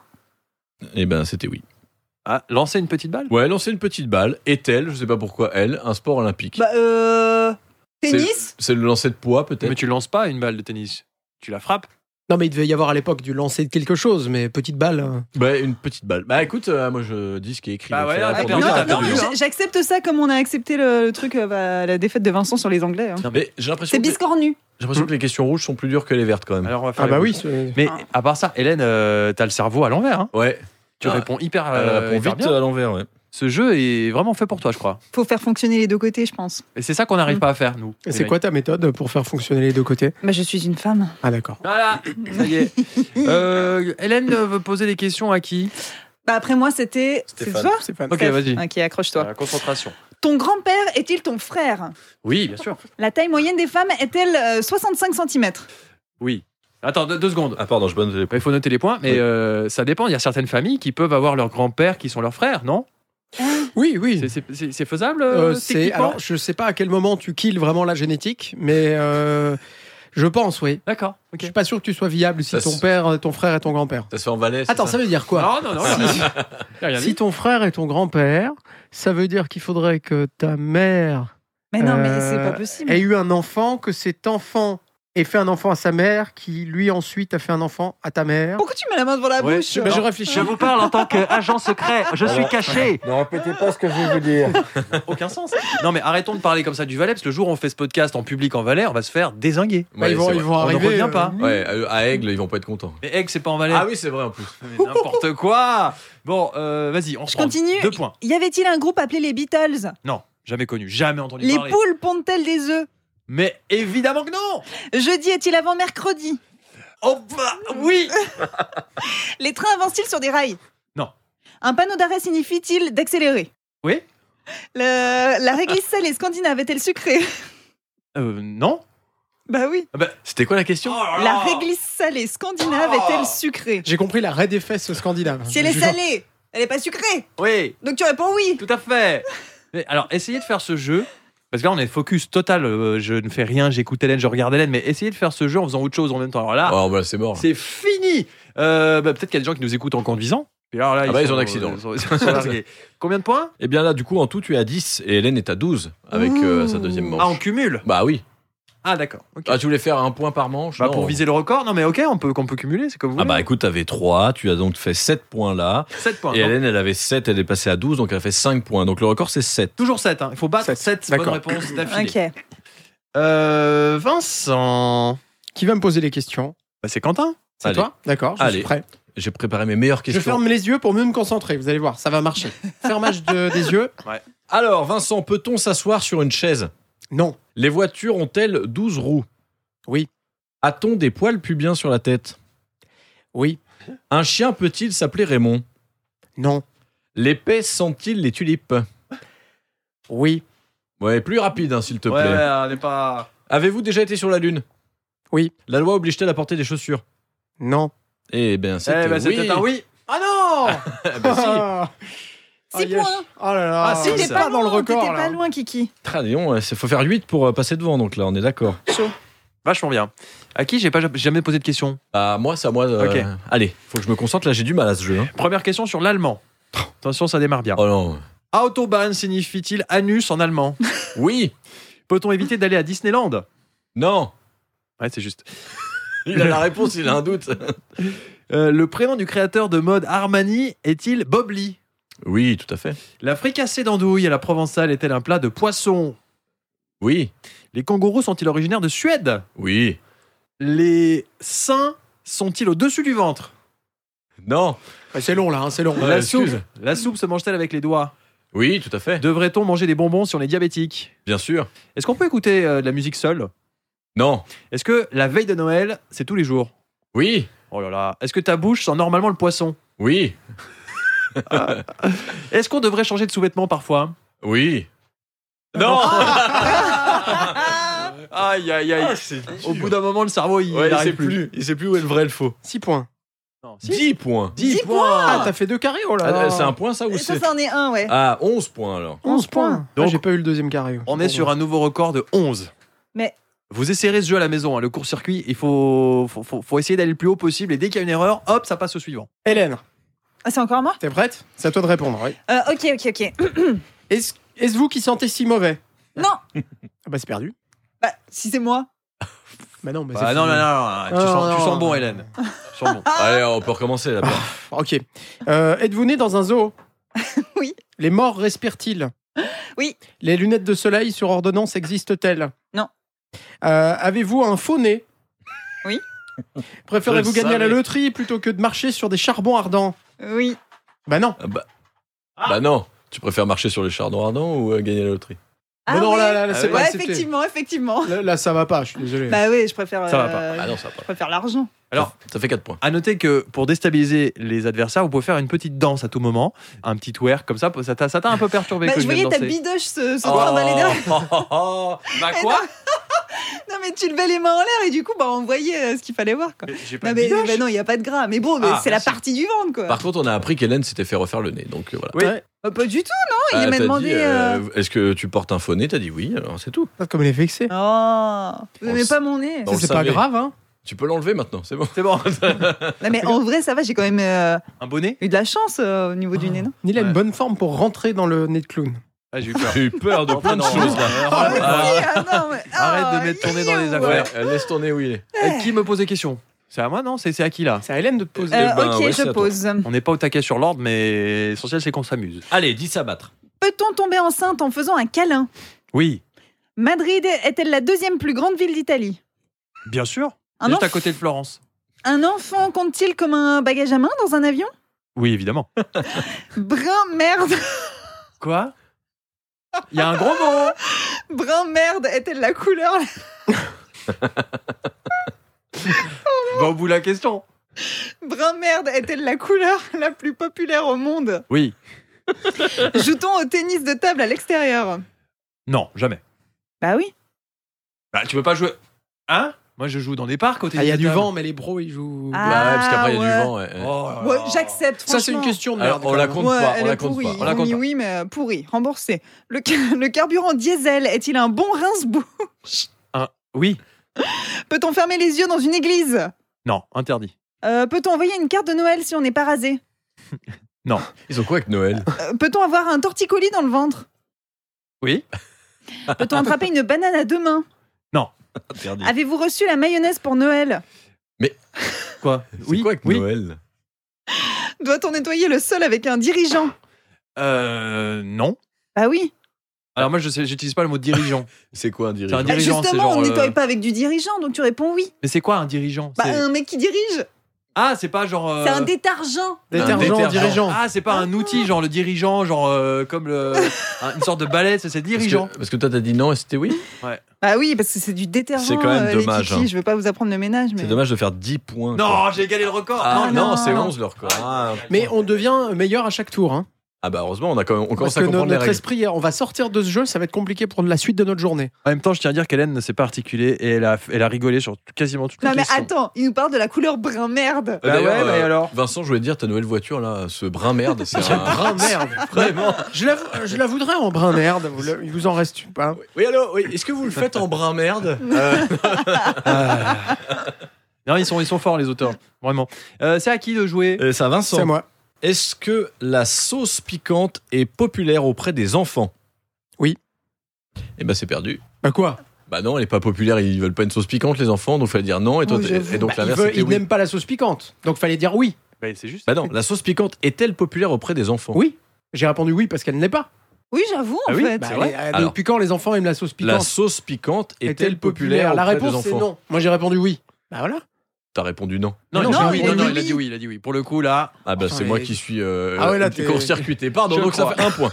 [SPEAKER 4] Eh ben, c'était oui.
[SPEAKER 1] Ah, lancer une petite balle
[SPEAKER 4] Ouais, lancer une petite balle est-elle, je sais pas pourquoi elle, un sport olympique
[SPEAKER 3] bah euh... Tennis
[SPEAKER 4] C'est le lancer de poids peut-être
[SPEAKER 1] Mais tu lances pas une balle de tennis. Tu la frappes.
[SPEAKER 2] Non, mais il devait y avoir à l'époque du lancer de quelque chose, mais petite balle. euh.
[SPEAKER 4] Ouais, une petite balle. Bah écoute, euh, moi je dis ce qui est écrit.
[SPEAKER 1] Bah
[SPEAKER 4] donc
[SPEAKER 1] ouais,
[SPEAKER 4] fais-la
[SPEAKER 1] ah,
[SPEAKER 4] pour
[SPEAKER 1] t'as
[SPEAKER 3] Non,
[SPEAKER 4] nous.
[SPEAKER 1] perdu, t'as
[SPEAKER 3] non,
[SPEAKER 1] perdu,
[SPEAKER 3] mais
[SPEAKER 1] hein.
[SPEAKER 3] j'- j'accepte ça comme on a accepté le, le truc, euh, bah, la défaite de Vincent sur les Anglais. hein.
[SPEAKER 4] Mais j'ai l'impression
[SPEAKER 3] C'est
[SPEAKER 4] que,
[SPEAKER 3] biscornu.
[SPEAKER 4] j'ai l'impression que les questions rouges sont plus dures que les vertes quand même.
[SPEAKER 1] Alors on va faire.
[SPEAKER 2] Ah bah
[SPEAKER 1] les
[SPEAKER 2] oui.
[SPEAKER 1] boules.
[SPEAKER 2] c'est-
[SPEAKER 1] Mais à part ça, Hélène, euh, t'as le cerveau à l'envers. hein.
[SPEAKER 4] Ouais,
[SPEAKER 1] Tu
[SPEAKER 4] Ah,
[SPEAKER 1] réponds hyper,
[SPEAKER 4] elle
[SPEAKER 1] euh,
[SPEAKER 4] répond
[SPEAKER 1] hyper
[SPEAKER 4] vite
[SPEAKER 1] bien.
[SPEAKER 4] à l'envers. Ouais.
[SPEAKER 1] Ce jeu est vraiment fait pour toi, je crois.
[SPEAKER 3] Faut faire fonctionner les deux côtés, je pense.
[SPEAKER 1] Et c'est ça qu'on n'arrive
[SPEAKER 3] Mm.
[SPEAKER 1] pas à faire, nous.
[SPEAKER 2] Et
[SPEAKER 1] les
[SPEAKER 2] C'est
[SPEAKER 1] mecs.
[SPEAKER 2] quoi ta méthode pour faire fonctionner les deux côtés
[SPEAKER 3] Bah, je suis une femme.
[SPEAKER 2] Ah d'accord.
[SPEAKER 1] Voilà. Ça y est. Euh, Hélène euh, veut poser des questions à qui
[SPEAKER 3] Bah, après moi, c'était. C'est
[SPEAKER 4] Stéphane.
[SPEAKER 3] toi
[SPEAKER 2] Stéphane.
[SPEAKER 1] Ok,
[SPEAKER 3] Steph.
[SPEAKER 1] vas-y.
[SPEAKER 3] Ok, accroche-toi.
[SPEAKER 1] La concentration.
[SPEAKER 3] Ton grand-père est-il ton frère
[SPEAKER 1] Oui, bien sûr.
[SPEAKER 3] La taille moyenne des femmes est-elle euh, 65 cm
[SPEAKER 1] Oui. Attends, deux, deux secondes.
[SPEAKER 4] Ah pardon, je bonne.
[SPEAKER 1] Il faut noter les points, mais
[SPEAKER 4] Oui.
[SPEAKER 1] euh, ça dépend. Il y a certaines familles qui peuvent avoir leurs grands-pères qui sont leurs frères, non
[SPEAKER 2] Oui, oui.
[SPEAKER 1] C'est- c'est- C'est c'est faisable
[SPEAKER 2] Euh,
[SPEAKER 1] euh,
[SPEAKER 2] c'est
[SPEAKER 1] techniquement
[SPEAKER 2] alors je sais pas à quel moment tu kills vraiment la génétique, mais euh, Je pense, oui.
[SPEAKER 1] D'accord.
[SPEAKER 2] Je
[SPEAKER 1] Ok.
[SPEAKER 2] suis pas sûr que tu sois viable si
[SPEAKER 4] Ça
[SPEAKER 2] ton
[SPEAKER 4] se-
[SPEAKER 2] père, ton frère et ton grand-père.
[SPEAKER 4] Ça se fait en Valais. c'est
[SPEAKER 2] Attends, ça veut dire quoi
[SPEAKER 1] Non, non, non.
[SPEAKER 2] Si-
[SPEAKER 1] il a rien
[SPEAKER 2] Si
[SPEAKER 1] dit.
[SPEAKER 2] ton frère est ton grand-père, ça veut dire qu'il faudrait que ta mère
[SPEAKER 3] Mais non, mais c'est
[SPEAKER 2] Euh,
[SPEAKER 3] pas possible.
[SPEAKER 2] ait eu un enfant, que cet enfant ait fait un enfant à sa mère, qui lui ensuite a fait un enfant à ta mère.
[SPEAKER 3] Pourquoi tu mets la main devant la
[SPEAKER 1] Ouais,
[SPEAKER 3] bouche
[SPEAKER 1] je-
[SPEAKER 2] Ben, je
[SPEAKER 1] Non.
[SPEAKER 2] réfléchis.
[SPEAKER 1] Je vous parle en tant qu'agent secret. Je suis caché.
[SPEAKER 6] Ne répétez pas ce que je vais vous dire.
[SPEAKER 1] Aucun sens. Non, mais arrêtons de parler comme ça du Valais, parce que le jour où on fait ce podcast en public en Valais, on va se faire désinguer.
[SPEAKER 2] Bah, ils, vont, ils vont
[SPEAKER 1] On ne
[SPEAKER 2] arriver.
[SPEAKER 1] revient
[SPEAKER 2] euh,
[SPEAKER 1] pas.
[SPEAKER 4] Ouais, à- à Aigle, ils vont pas être contents.
[SPEAKER 1] Mais Aigues, c'est pas en Valais.
[SPEAKER 4] Ah oui, c'est vrai en plus.
[SPEAKER 1] Mais N'importe quoi. Bon, euh, vas-y, on se
[SPEAKER 3] Je
[SPEAKER 1] prend.
[SPEAKER 3] continue.
[SPEAKER 1] Deux points.
[SPEAKER 3] Y avait-il un groupe appelé les Beatles
[SPEAKER 1] Non, jamais connu, jamais entendu
[SPEAKER 3] Les
[SPEAKER 1] parler.
[SPEAKER 3] poules pondent-elles des œufs
[SPEAKER 1] Mais évidemment que non.
[SPEAKER 3] Jeudi est-il avant mercredi
[SPEAKER 1] Oh, bah, oui.
[SPEAKER 3] Les trains avancent-ils sur des rails
[SPEAKER 1] Non.
[SPEAKER 3] Un panneau d'arrêt signifie-t-il d'accélérer
[SPEAKER 1] Oui.
[SPEAKER 3] Le- La réglisse salée scandinave est-elle sucrée
[SPEAKER 1] Euh, non. Ah,
[SPEAKER 3] Bah oui.
[SPEAKER 4] C'était quoi la question
[SPEAKER 1] Oh
[SPEAKER 3] La réglisse salée scandinave est-elle sucrée
[SPEAKER 2] J'ai compris la raie des fesses scandinave.
[SPEAKER 3] Si elle est
[SPEAKER 2] Je jure.
[SPEAKER 3] salée, elle est pas sucrée.
[SPEAKER 1] Oui.
[SPEAKER 3] Donc tu réponds oui.
[SPEAKER 1] Tout à fait. Mais alors, essayez de faire ce jeu. Parce que là, on est focus total. euh, je ne fais rien, j'écoute Hélène, je regarde Hélène, mais essayez de faire ce jeu en faisant autre chose en même temps. Alors là,
[SPEAKER 4] Oh, bah c'est mort.
[SPEAKER 1] c'est fini. Euh, bah, Peut-être qu'il y a des gens qui nous écoutent en conduisant. Et alors là,
[SPEAKER 4] Ah bah, ils ont
[SPEAKER 1] sont-
[SPEAKER 4] un accident.
[SPEAKER 1] ils sont- ils sont largués. Combien de points
[SPEAKER 4] Eh bien là, du coup, en tout, tu es à 10 et Hélène est à 12 avec euh,
[SPEAKER 3] Ouh.
[SPEAKER 4] sa deuxième manche.
[SPEAKER 1] Ah, on cumule.
[SPEAKER 4] Bah oui.
[SPEAKER 1] Ah, d'accord. ok.
[SPEAKER 4] Ah, tu voulais faire un point par manche
[SPEAKER 1] Bah,
[SPEAKER 4] Non.
[SPEAKER 1] pour viser le record, non mais ok, on peut, on peut cumuler, c'est comme vous
[SPEAKER 4] Ah
[SPEAKER 1] voulez.
[SPEAKER 4] bah écoute, t'avais 3, tu as donc fait 7 points là.
[SPEAKER 1] 7 points.
[SPEAKER 4] Et
[SPEAKER 1] non
[SPEAKER 4] Hélène, elle avait 7, elle est passée à 12, donc elle a fait 5 points. Donc le record, c'est 7.
[SPEAKER 1] Toujours 7, il faut battre
[SPEAKER 2] Sept.
[SPEAKER 1] 7 bonnes
[SPEAKER 2] D'accord.
[SPEAKER 1] réponses d'affilée.
[SPEAKER 3] Ok.
[SPEAKER 1] Euh, Vincent.
[SPEAKER 2] Qui va me poser les questions
[SPEAKER 1] Bah, c'est Quentin.
[SPEAKER 2] C'est
[SPEAKER 4] Allez.
[SPEAKER 2] toi D'accord, je
[SPEAKER 4] Allez.
[SPEAKER 2] suis prêt.
[SPEAKER 4] J'ai préparé mes meilleures
[SPEAKER 2] Je
[SPEAKER 4] questions.
[SPEAKER 2] ferme les yeux pour mieux me concentrer, vous allez voir, ça va marcher. Fermage de- des yeux
[SPEAKER 4] Alors, Vincent, peut-on s'asseoir sur une chaise
[SPEAKER 2] Non.
[SPEAKER 4] Les voitures ont-elles 12 roues
[SPEAKER 2] Oui.
[SPEAKER 4] A-t-on des poils pubiens sur la tête
[SPEAKER 2] Oui.
[SPEAKER 4] Un chien peut-il s'appeler Raymond
[SPEAKER 2] Non.
[SPEAKER 4] Les pets sentent-ils les tulipes
[SPEAKER 2] Oui.
[SPEAKER 4] Ouais, plus rapide, hein, s'il te
[SPEAKER 1] Ouais,
[SPEAKER 4] plaît.
[SPEAKER 1] on n'est pas.
[SPEAKER 4] Avez-vous déjà été sur la Lune
[SPEAKER 2] Oui.
[SPEAKER 4] La loi oblige-t-elle à porter des chaussures
[SPEAKER 2] Non.
[SPEAKER 4] Eh bien,
[SPEAKER 1] Eh
[SPEAKER 4] c'était
[SPEAKER 1] bah,
[SPEAKER 4] oui.
[SPEAKER 1] c'était un oui.
[SPEAKER 2] Ah non
[SPEAKER 4] Eh ben, si.
[SPEAKER 2] Ah,
[SPEAKER 3] Six
[SPEAKER 2] yes.
[SPEAKER 3] points.
[SPEAKER 2] Oh là là.
[SPEAKER 1] Ah, si,
[SPEAKER 3] T'étais
[SPEAKER 1] ça.
[SPEAKER 3] pas,
[SPEAKER 2] dans le
[SPEAKER 3] loin,
[SPEAKER 2] record.
[SPEAKER 3] T'étais
[SPEAKER 2] là.
[SPEAKER 3] pas loin, Kiki.
[SPEAKER 4] Ah, dis donc, il faut faire 8 pour euh, passer devant, donc là, on est d'accord.
[SPEAKER 1] Vachement bien. À qui j'ai pas jamais posé de question
[SPEAKER 4] Bah, moi, c'est à moi. euh,
[SPEAKER 1] Ok.
[SPEAKER 4] Allez, faut que je me concentre, là, j'ai du mal à ce jeu. hein.
[SPEAKER 1] Première question sur l'allemand. Attention, ça démarre bien.
[SPEAKER 4] Oh non.
[SPEAKER 1] Autobahn signifie-t-il anus en allemand
[SPEAKER 4] Oui
[SPEAKER 1] Peut-on éviter d'aller à Disneyland
[SPEAKER 4] Non
[SPEAKER 1] Ouais, c'est juste.
[SPEAKER 4] Il a la réponse, il a un doute.
[SPEAKER 1] Euh, le prénom du créateur de mode Armani est-il Bob Lee
[SPEAKER 4] Oui, tout à fait.
[SPEAKER 1] La fricassée d'andouille à la provençale est-elle un plat de poisson
[SPEAKER 4] Oui.
[SPEAKER 1] Les kangourous sont-ils originaires de Suède
[SPEAKER 4] Oui.
[SPEAKER 1] Les seins sont-ils au-dessus du ventre
[SPEAKER 4] Non.
[SPEAKER 2] Ouais, C'est long là, hein, c'est long.
[SPEAKER 4] Ouais.
[SPEAKER 1] la, soupe,
[SPEAKER 4] excuse.
[SPEAKER 1] la soupe se mange-t-elle avec les doigts
[SPEAKER 4] Oui, tout à fait.
[SPEAKER 1] Devrait-on manger des bonbons si on est diabétique
[SPEAKER 4] Bien sûr.
[SPEAKER 1] Est-ce qu'on peut écouter euh, de la musique seule
[SPEAKER 4] Non.
[SPEAKER 1] Est-ce que la veille de Noël, c'est tous les jours
[SPEAKER 4] Oui.
[SPEAKER 1] Oh là là. Est-ce que ta bouche sent normalement le poisson
[SPEAKER 4] Oui.
[SPEAKER 1] Est-ce qu'on devrait changer de sous-vêtements parfois
[SPEAKER 4] Oui. Non
[SPEAKER 1] Ah, Aïe, aïe, aïe. Au bout d'un moment, le cerveau, il
[SPEAKER 4] Ouais, il
[SPEAKER 1] n'arrive
[SPEAKER 4] sait plus. Il sait plus où est le vrai et le faux.
[SPEAKER 2] 6 points.
[SPEAKER 1] Non, si.
[SPEAKER 4] 10 points.
[SPEAKER 1] 10
[SPEAKER 3] Dix
[SPEAKER 2] Ah,
[SPEAKER 1] points
[SPEAKER 2] t'as fait deux carrés, oh là
[SPEAKER 4] Ah,
[SPEAKER 2] là.
[SPEAKER 4] c'est un point ça ou
[SPEAKER 3] Et Ça,
[SPEAKER 4] c'est.
[SPEAKER 3] c'en est un, ouais.
[SPEAKER 4] Ah, 11 points alors.
[SPEAKER 2] 11 points.
[SPEAKER 1] Donc-
[SPEAKER 2] Donc, j'ai pas eu le deuxième carré.
[SPEAKER 1] On est sur un nouveau record de 11.
[SPEAKER 3] Mais-
[SPEAKER 1] Vous essayerez ce jeu à la maison, hein, le court-circuit, il faut, faut, faut- faut essayer d'aller le plus haut possible et dès qu'il y a une erreur, hop, ça passe au suivant.
[SPEAKER 2] Hélène,
[SPEAKER 3] Ah, c'est encore moi
[SPEAKER 2] t'es prête C'est à toi de répondre, oui.
[SPEAKER 3] Euh, Ok, ok, ok.
[SPEAKER 2] Est-ce est-ce vous qui sentez si mauvais
[SPEAKER 3] Non.
[SPEAKER 2] Ah bah c'est perdu.
[SPEAKER 3] Bah, si c'est moi.
[SPEAKER 2] Bah non, bah,
[SPEAKER 1] Ah
[SPEAKER 2] c'est
[SPEAKER 1] non, non,
[SPEAKER 2] fini.
[SPEAKER 3] Oh
[SPEAKER 1] non, non, tu,
[SPEAKER 2] Non,
[SPEAKER 1] sens,
[SPEAKER 2] non,
[SPEAKER 1] tu sens
[SPEAKER 2] non.
[SPEAKER 1] bon, Hélène. Tu sens
[SPEAKER 3] Ah.
[SPEAKER 1] bon.
[SPEAKER 4] Allez, on peut recommencer là.
[SPEAKER 2] Ok. Euh, Êtes-vous né dans un zoo
[SPEAKER 3] Oui.
[SPEAKER 2] Les morts respirent-ils
[SPEAKER 3] Oui.
[SPEAKER 2] Les lunettes de soleil sur ordonnance existent-elles
[SPEAKER 3] Non.
[SPEAKER 2] Euh, Avez-vous un faux nez
[SPEAKER 3] Oui.
[SPEAKER 2] Préférez-vous
[SPEAKER 4] Je le
[SPEAKER 2] gagner à la
[SPEAKER 4] savais.
[SPEAKER 2] loterie plutôt que de marcher sur des charbons ardents
[SPEAKER 3] Oui.
[SPEAKER 2] Bah non.
[SPEAKER 4] Ah bah... bah non. Tu préfères marcher sur les chardons ardents ou euh, gagner la loterie
[SPEAKER 3] Ah,
[SPEAKER 2] Bah non,
[SPEAKER 3] oui.
[SPEAKER 2] là, là, là, c'est
[SPEAKER 4] Ah
[SPEAKER 2] pas
[SPEAKER 3] Ouais,
[SPEAKER 2] accepté.
[SPEAKER 3] effectivement, effectivement.
[SPEAKER 2] Là, là, ça va pas, je suis désolé.
[SPEAKER 3] Bah oui, je préfère.
[SPEAKER 1] Ça va pas.
[SPEAKER 3] euh,
[SPEAKER 4] Ah non, ça va pas.
[SPEAKER 3] Je préfère l'argent.
[SPEAKER 1] Alors-
[SPEAKER 4] ça fait 4 points.
[SPEAKER 1] À noter que pour déstabiliser les adversaires, vous pouvez faire une petite danse à tout moment, un petit twerk comme ça, ça t'a ça t'a un peu perturbé
[SPEAKER 3] Bah,
[SPEAKER 1] que
[SPEAKER 3] je
[SPEAKER 1] vienne
[SPEAKER 3] voyais ta
[SPEAKER 1] danser.
[SPEAKER 3] bidoche se, se trimballer derrière.
[SPEAKER 4] Oh, oh, oh. Bah oh, quoi
[SPEAKER 3] Non, mais tu levais les mains en l'air et du coup, bah, on voyait euh, ce qu'il fallait voir. Quoi.
[SPEAKER 1] J'ai pas
[SPEAKER 3] Non,
[SPEAKER 1] de
[SPEAKER 3] mais,
[SPEAKER 1] bidoche.
[SPEAKER 3] bah non, il n'y a pas de gras. Mais bon, mais
[SPEAKER 1] Ah,
[SPEAKER 3] c'est la
[SPEAKER 1] merci.
[SPEAKER 3] partie du ventre, quoi.
[SPEAKER 7] Par contre, on a appris qu'Hélène s'était fait refaire le nez. Donc euh, voilà.
[SPEAKER 1] Oui.
[SPEAKER 2] Ouais.
[SPEAKER 3] Bah, pas du tout, non
[SPEAKER 7] Ah,
[SPEAKER 3] Il m'a
[SPEAKER 7] t'as dit,
[SPEAKER 3] demandé.
[SPEAKER 7] euh,
[SPEAKER 3] euh,
[SPEAKER 7] Est-ce que tu portes un faux nez T'as dit oui, alors c'est tout.
[SPEAKER 2] Regarde Comme elle est vexée.
[SPEAKER 3] Oh, vous
[SPEAKER 7] On
[SPEAKER 3] aimez
[SPEAKER 7] le
[SPEAKER 3] pas mon nez
[SPEAKER 7] On le
[SPEAKER 2] C'est pas
[SPEAKER 7] savait.
[SPEAKER 2] grave, hein.
[SPEAKER 7] Tu peux l'enlever maintenant, c'est bon.
[SPEAKER 1] C'est bon.
[SPEAKER 3] Non, mais en vrai, ça va, j'ai quand même euh,
[SPEAKER 1] Un bonnet
[SPEAKER 3] eu de la chance euh, au niveau
[SPEAKER 1] Ah.
[SPEAKER 3] du nez, non
[SPEAKER 2] Il a
[SPEAKER 1] Ouais.
[SPEAKER 2] une bonne forme pour rentrer dans le nez de clown.
[SPEAKER 1] Ah, J'ai eu peur.
[SPEAKER 4] J'ai eu peur de plein de
[SPEAKER 1] Enfin, non,
[SPEAKER 4] choses.
[SPEAKER 1] euh,
[SPEAKER 3] Ah, mais si, ah, non, mais-
[SPEAKER 1] Arrête
[SPEAKER 3] ah,
[SPEAKER 1] de mettre ton nez dans les
[SPEAKER 3] you.
[SPEAKER 1] affaires.
[SPEAKER 7] euh, laisse tourner où il est.
[SPEAKER 1] Euh, Qui me pose des questions C'est à moi, non C'est c'est à qui là
[SPEAKER 2] C'est à Hélène de te poser.
[SPEAKER 3] Euh,
[SPEAKER 7] Eh ben,
[SPEAKER 3] ok,
[SPEAKER 7] ouais, c'est à
[SPEAKER 3] je
[SPEAKER 7] toi.
[SPEAKER 3] pose.
[SPEAKER 1] On n'est pas au taquet sur l'ordre, mais l'essentiel c'est qu'on s'amuse.
[SPEAKER 4] Allez, 10 à battre.
[SPEAKER 3] Peut-on tomber enceinte en faisant un câlin
[SPEAKER 1] Oui,
[SPEAKER 3] Madrid est-elle la deuxième plus grande ville d'Italie
[SPEAKER 1] bien sûr.
[SPEAKER 3] un,
[SPEAKER 1] Juste à
[SPEAKER 3] enf-
[SPEAKER 1] côté de Florence.
[SPEAKER 3] un enfant compte-t-il comme un bagage à main dans un avion
[SPEAKER 1] Oui, évidemment.
[SPEAKER 3] Brun merde
[SPEAKER 1] Quoi Il y a un gros mot hein.
[SPEAKER 3] Brun merde est-elle la couleur
[SPEAKER 1] Va au bout de la question.
[SPEAKER 3] Brun merde est-elle la couleur la plus populaire au monde
[SPEAKER 1] Oui.
[SPEAKER 3] Joue-t-on au tennis de table à l'extérieur
[SPEAKER 1] Non, jamais.
[SPEAKER 3] Bah oui.
[SPEAKER 1] Bah, tu peux pas jouer. Hein Moi, je joue dans des parcs au
[SPEAKER 2] Ah, Il
[SPEAKER 1] tennis
[SPEAKER 2] y a
[SPEAKER 1] de
[SPEAKER 2] du
[SPEAKER 1] table.
[SPEAKER 2] vent, mais les bros, ils jouent.
[SPEAKER 3] Ah,
[SPEAKER 7] Bah ouais, parce qu'après, il y a
[SPEAKER 3] ouais.
[SPEAKER 7] du vent. ouais, ouais.
[SPEAKER 1] Oh là
[SPEAKER 3] Ouais,
[SPEAKER 1] là.
[SPEAKER 3] J'accepte.
[SPEAKER 2] Ça, c'est une
[SPEAKER 3] franchement.
[SPEAKER 2] question de
[SPEAKER 7] Alors,
[SPEAKER 2] merde.
[SPEAKER 7] on
[SPEAKER 2] quand
[SPEAKER 7] la
[SPEAKER 2] même.
[SPEAKER 7] compte
[SPEAKER 3] Ouais,
[SPEAKER 7] pas, on
[SPEAKER 3] elle
[SPEAKER 7] la
[SPEAKER 3] est
[SPEAKER 7] compte
[SPEAKER 3] pourrie.
[SPEAKER 7] pas.
[SPEAKER 1] On la
[SPEAKER 3] On
[SPEAKER 1] compte
[SPEAKER 3] dit
[SPEAKER 1] pas.
[SPEAKER 3] oui, mais euh, pourrie. Remboursé. Le, ca- le carburant diesel est-il un bon rince-boue
[SPEAKER 1] Oui.
[SPEAKER 3] Peut-on fermer les yeux dans une église
[SPEAKER 1] Non, interdit.
[SPEAKER 3] Euh, Peut-on envoyer une carte de Noël si on n'est pas rasé
[SPEAKER 7] Ils ont quoi avec Noël
[SPEAKER 3] Euh, Peut-on avoir un torticolis dans le ventre
[SPEAKER 1] Oui.
[SPEAKER 3] Peut-on attraper une banane à deux mains
[SPEAKER 1] Ah,
[SPEAKER 7] Interdit.
[SPEAKER 3] Avez-vous reçu la mayonnaise pour Noël
[SPEAKER 1] Quoi
[SPEAKER 7] C'est
[SPEAKER 1] Oui.
[SPEAKER 7] quoi avec
[SPEAKER 1] oui.
[SPEAKER 7] Noël
[SPEAKER 3] Doit-on nettoyer le sol avec un dirigeant
[SPEAKER 1] Euh, non.
[SPEAKER 3] Bah oui.
[SPEAKER 1] Alors moi, je sais, j'utilise pas le mot dirigeant.
[SPEAKER 7] C'est quoi un
[SPEAKER 1] C'est
[SPEAKER 7] dirigeant
[SPEAKER 1] un dirigeant. c'est
[SPEAKER 3] Bah, Justement,
[SPEAKER 1] genre,
[SPEAKER 3] on
[SPEAKER 1] euh,
[SPEAKER 3] ne nettoie pas avec du dirigeant, donc tu réponds oui.
[SPEAKER 1] Mais c'est quoi un dirigeant
[SPEAKER 3] Bah,
[SPEAKER 1] C'est-
[SPEAKER 3] un mec qui dirige,
[SPEAKER 1] Ah, c'est pas genre. euh,
[SPEAKER 3] c'est un détergent.
[SPEAKER 2] Détergent,
[SPEAKER 7] détergent.
[SPEAKER 2] dirigeant.
[SPEAKER 1] Ah, c'est pas un outil, genre le dirigeant, genre euh, comme le, un- une sorte de balai, c'est c'est
[SPEAKER 7] Parce que-
[SPEAKER 1] dirigeant.
[SPEAKER 7] Parce que toi, t'as dit non et c'était oui.
[SPEAKER 3] Bah oui, parce que c'est du détergent.
[SPEAKER 7] C'est quand même
[SPEAKER 3] euh, les
[SPEAKER 7] dommage,
[SPEAKER 3] kikis.
[SPEAKER 7] hein.
[SPEAKER 3] Je vais pas vous apprendre le ménage, mais.
[SPEAKER 7] C'est dommage de faire 10 points. quoi.
[SPEAKER 1] Non, j'ai égalé le record.
[SPEAKER 7] Ah,
[SPEAKER 3] Ah,
[SPEAKER 7] non,
[SPEAKER 3] non.
[SPEAKER 7] c'est 11 leur corps. Ah,
[SPEAKER 2] Mais on devient meilleur à chaque tour. Hein.
[SPEAKER 7] Ah bah heureusement, on, a quand même- on
[SPEAKER 2] Parce
[SPEAKER 7] commence
[SPEAKER 2] que
[SPEAKER 7] à
[SPEAKER 2] no-
[SPEAKER 7] comprendre les
[SPEAKER 2] notre
[SPEAKER 7] règles.
[SPEAKER 2] esprit, on va sortir de ce jeu, ça va être compliqué pour la suite de notre journée.
[SPEAKER 1] En même temps, je tiens à dire qu'Hélène ne s'est pas articulée et elle a, elle a rigolé sur tout- quasiment toutes les
[SPEAKER 3] Non, mais
[SPEAKER 1] questions.
[SPEAKER 3] attends, il nous parle de la couleur brun merde.
[SPEAKER 7] Euh, d'ailleurs,
[SPEAKER 1] Bah ouais, mais
[SPEAKER 7] euh,
[SPEAKER 1] alors
[SPEAKER 7] Vincent, je voulais te dire ta nouvelle voiture là, ce brin merde, c'est
[SPEAKER 2] Quel
[SPEAKER 7] un...
[SPEAKER 2] brin merde
[SPEAKER 7] vraiment.
[SPEAKER 2] je la, euh, je la voudrais en brin merde. Vous le- Il vous en reste une pas
[SPEAKER 7] Oui, allô, oui, est-ce que vous le faites en brin merde
[SPEAKER 1] Non, ils sont, ils sont forts les auteurs, vraiment. Euh, c'est à qui de jouer
[SPEAKER 4] Euh, C'est à
[SPEAKER 2] C'est à
[SPEAKER 4] Vincent.
[SPEAKER 2] moi.
[SPEAKER 4] Est-ce que la sauce piquante est populaire auprès des enfants
[SPEAKER 7] Eh ben c'est perdu.
[SPEAKER 2] Bah quoi
[SPEAKER 7] Bah non, elle est pas populaire, ils veulent pas une sauce piquante les enfants, donc fallait dire non et, toi,
[SPEAKER 3] Oui,
[SPEAKER 7] t-
[SPEAKER 3] j'avoue.
[SPEAKER 7] et donc
[SPEAKER 2] Bah, Il,
[SPEAKER 7] l'inverse
[SPEAKER 2] veut-
[SPEAKER 7] c'était
[SPEAKER 2] il
[SPEAKER 7] oui.
[SPEAKER 2] n'aime pas la sauce piquante. Donc fallait dire oui.
[SPEAKER 1] Bah, C'est juste.
[SPEAKER 4] Bah non, la sauce piquante est-elle populaire auprès des enfants
[SPEAKER 2] Oui. J'ai répondu oui parce qu'elle ne l'est pas.
[SPEAKER 3] Oui, j'avoue, en
[SPEAKER 4] Ah oui,
[SPEAKER 3] fait.
[SPEAKER 2] Bah,
[SPEAKER 4] c'est
[SPEAKER 2] elle
[SPEAKER 4] vrai
[SPEAKER 2] est- elle-
[SPEAKER 4] Alors.
[SPEAKER 2] depuis quand les enfants aiment la sauce
[SPEAKER 4] La
[SPEAKER 2] piquante
[SPEAKER 4] sauce piquante est-elle populaire
[SPEAKER 2] La
[SPEAKER 4] auprès des
[SPEAKER 2] réponse c'est
[SPEAKER 4] enfants
[SPEAKER 2] non. Moi j'ai répondu oui. Bah voilà.
[SPEAKER 7] T'as répondu non.
[SPEAKER 1] Non, il
[SPEAKER 2] Non,
[SPEAKER 1] a dit
[SPEAKER 2] non,
[SPEAKER 1] oui,
[SPEAKER 2] il
[SPEAKER 1] non,
[SPEAKER 2] a
[SPEAKER 1] non,
[SPEAKER 2] dit
[SPEAKER 1] il a
[SPEAKER 2] oui.
[SPEAKER 1] dit oui, il a dit oui. Pour le coup, là,
[SPEAKER 7] Ah bah
[SPEAKER 2] Enfin,
[SPEAKER 7] c'est moi
[SPEAKER 2] mais-
[SPEAKER 7] qui suis euh,
[SPEAKER 2] Ah ouais, là, t'es-
[SPEAKER 7] court-circuité. Pardon,
[SPEAKER 2] Je
[SPEAKER 7] donc ça
[SPEAKER 2] crois.
[SPEAKER 7] fait un point.